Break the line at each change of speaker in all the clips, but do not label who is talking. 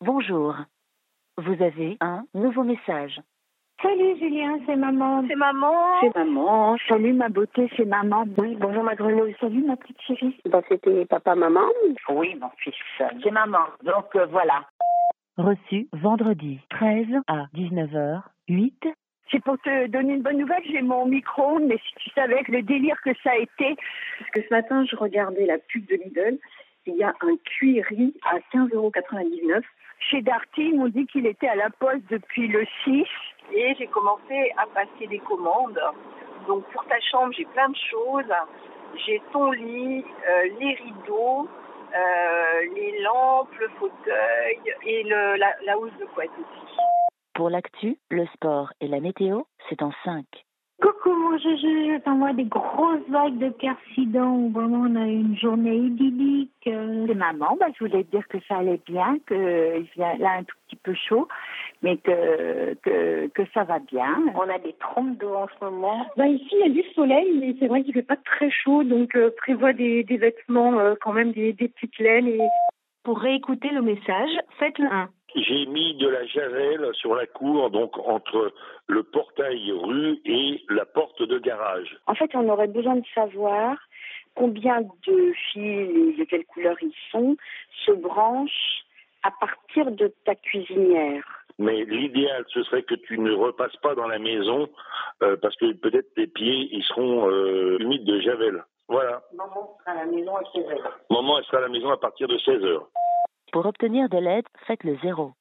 Bonjour. Vous avez un nouveau message.
Salut Julien, c'est maman.
C'est maman.
C'est maman.
Salut ma beauté, c'est maman.
Oui, bonjour ma grenouille.
Salut ma petite chérie.
Bah, c'était papa, maman.
Oui, mon fils. C'est maman. Donc euh, voilà.
Reçu vendredi 13 à 19h08.
C'est pour te donner une bonne nouvelle, j'ai mon micro, mais si tu savais le délire que ça a été.
Parce que ce matin, je regardais la pub de Lidl. Il y a un cuiri à 15,99 euros.
Chez Darty, ils m'ont dit qu'il était à la poste depuis le 6.
Et j'ai commencé à passer des commandes. Donc pour ta chambre, j'ai plein de choses. J'ai ton lit, euh, les rideaux, euh, les lampes, le fauteuil et le, la, la housse de couette aussi.
Pour l'actu, le sport et la météo, c'est en 5.
Coucou mon Juju, je t'envoie des grosses vagues de Persidan. Vraiment, on a eu une journée idyllique.
euh.
C'est maman, bah, je voulais te dire que ça allait bien, que euh, il vient là un tout petit peu chaud, mais que, que, que ça va bien.
On a des trompes d'eau en ce moment.
Bah, ici, il y a du soleil, mais c'est vrai qu'il fait pas très chaud, donc euh, prévois des, des vêtements, euh, quand même des, des petites laines. Et...
Pour réécouter le message, faites le 1.
J'ai mis de la javel sur la cour, donc entre le portail rue et la porte de garage.
En fait, on aurait besoin de savoir combien de fils et de quelle couleur ils sont se branchent à partir de ta cuisinière.
Mais l'idéal, ce serait que tu ne repasses pas dans la maison euh, parce que peut-être tes pieds ils seront euh, humides de javel. Voilà.
Maman sera à la maison à 16 heures.
Maman elle sera à la maison à partir de 16 heures.
Pour obtenir de l'aide, faites le zéro.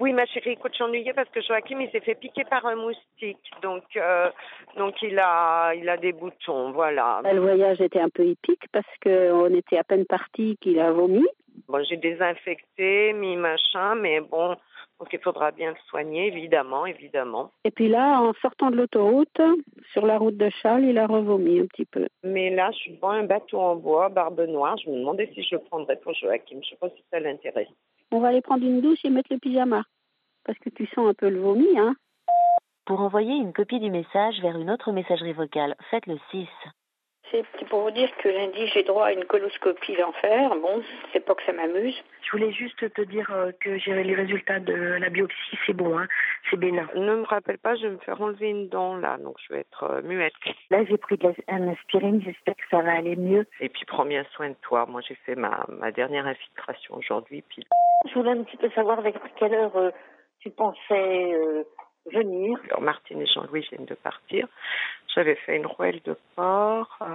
Oui, ma chérie, écoute, je suis ennuyée parce que Joachim, il s'est fait piquer par un moustique. Donc, euh, donc il, a, il a des boutons,
Ah
voilà.
Le voyage était un peu épique parce qu'on était à peine parti qu'il a vomi.
Bon, j'ai désinfecté, mis machin, mais bon, donc il faudra bien le soigner, évidemment, évidemment.
Et puis là, en sortant de l'autoroute, sur la route de Châles, il a revomi un petit peu.
Mais là, je suis devant un bateau en bois, barbe noire. Je me demandais si je le prendrais pour Joachim. Je ne sais pas si ça l'intéresse.
On va aller prendre une douche et mettre le pyjama. Parce que tu sens un peu le vomi, hein.
Pour envoyer une copie du message vers une autre messagerie vocale, faites le 6.
C'est pour vous dire que lundi, j'ai droit à une coloscopie d'enfer. Bon, c'est pas que ça m'amuse.
Je voulais juste te dire que j'ai les résultats de la biopsie, c'est bon, hein c'est bénin.
Ne me rappelle pas, je vais me faire enlever une dent là, donc je vais être euh, muette.
Là, j'ai pris de un aspirine, j'espère que ça va aller mieux.
Et puis prends bien soin de toi. Moi, j'ai fait ma, ma dernière infiltration aujourd'hui. Puis...
Je voulais un petit peu savoir vers quelle heure euh, tu pensais euh, venir.
Alors, Martine et Jean-Louis viennent de partir. J'avais fait une rouelle de porc, euh,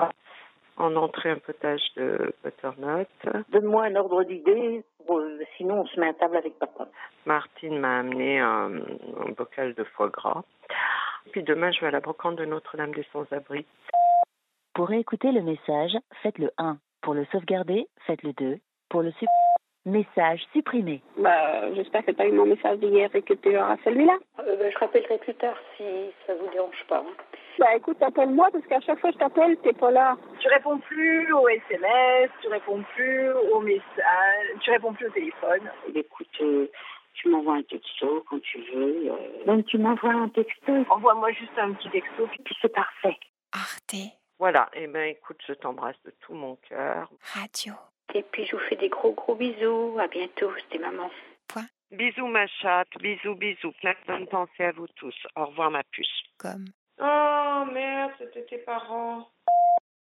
en entrée un potage de butternut.
Donne-moi un ordre d'idée, euh, sinon on se met à table avec papa.
Martine m'a amené un, un, bocal de foie gras. Puis demain, je vais à la brocante de Notre-Dame des Sans-Abri.
Pour écouter le message, faites le 1. Pour le sauvegarder, faites le 2. Pour le sup... Message supprimé.
Bah, j'espère que tu as eu mon message d'hier et que tu auras celui-là.
Euh, bah, je rappellerai plus tard si ça vous dérange pas. Hein.
Bah écoute, appelle-moi parce qu'à chaque fois que je t'appelle, t'es pas là.
Tu réponds plus aux SMS, tu réponds plus aux messages, tu réponds plus au téléphone.
Et écoute, euh, tu m'envoies un texto quand tu veux. Euh...
Donc tu m'envoies un texto.
Envoie-moi juste un petit texto,
puis c'est parfait.
Arte.
Voilà, et eh ben écoute, je t'embrasse de tout mon cœur.
Radio.
Et puis je vous fais des gros gros bisous. À bientôt, c'était maman.
Point.
Bisous ma chatte, bisous bisous. Plein de bonnes pensées à vous tous. Au revoir ma puce.
Comme.
Oh merde, c'était tes parents.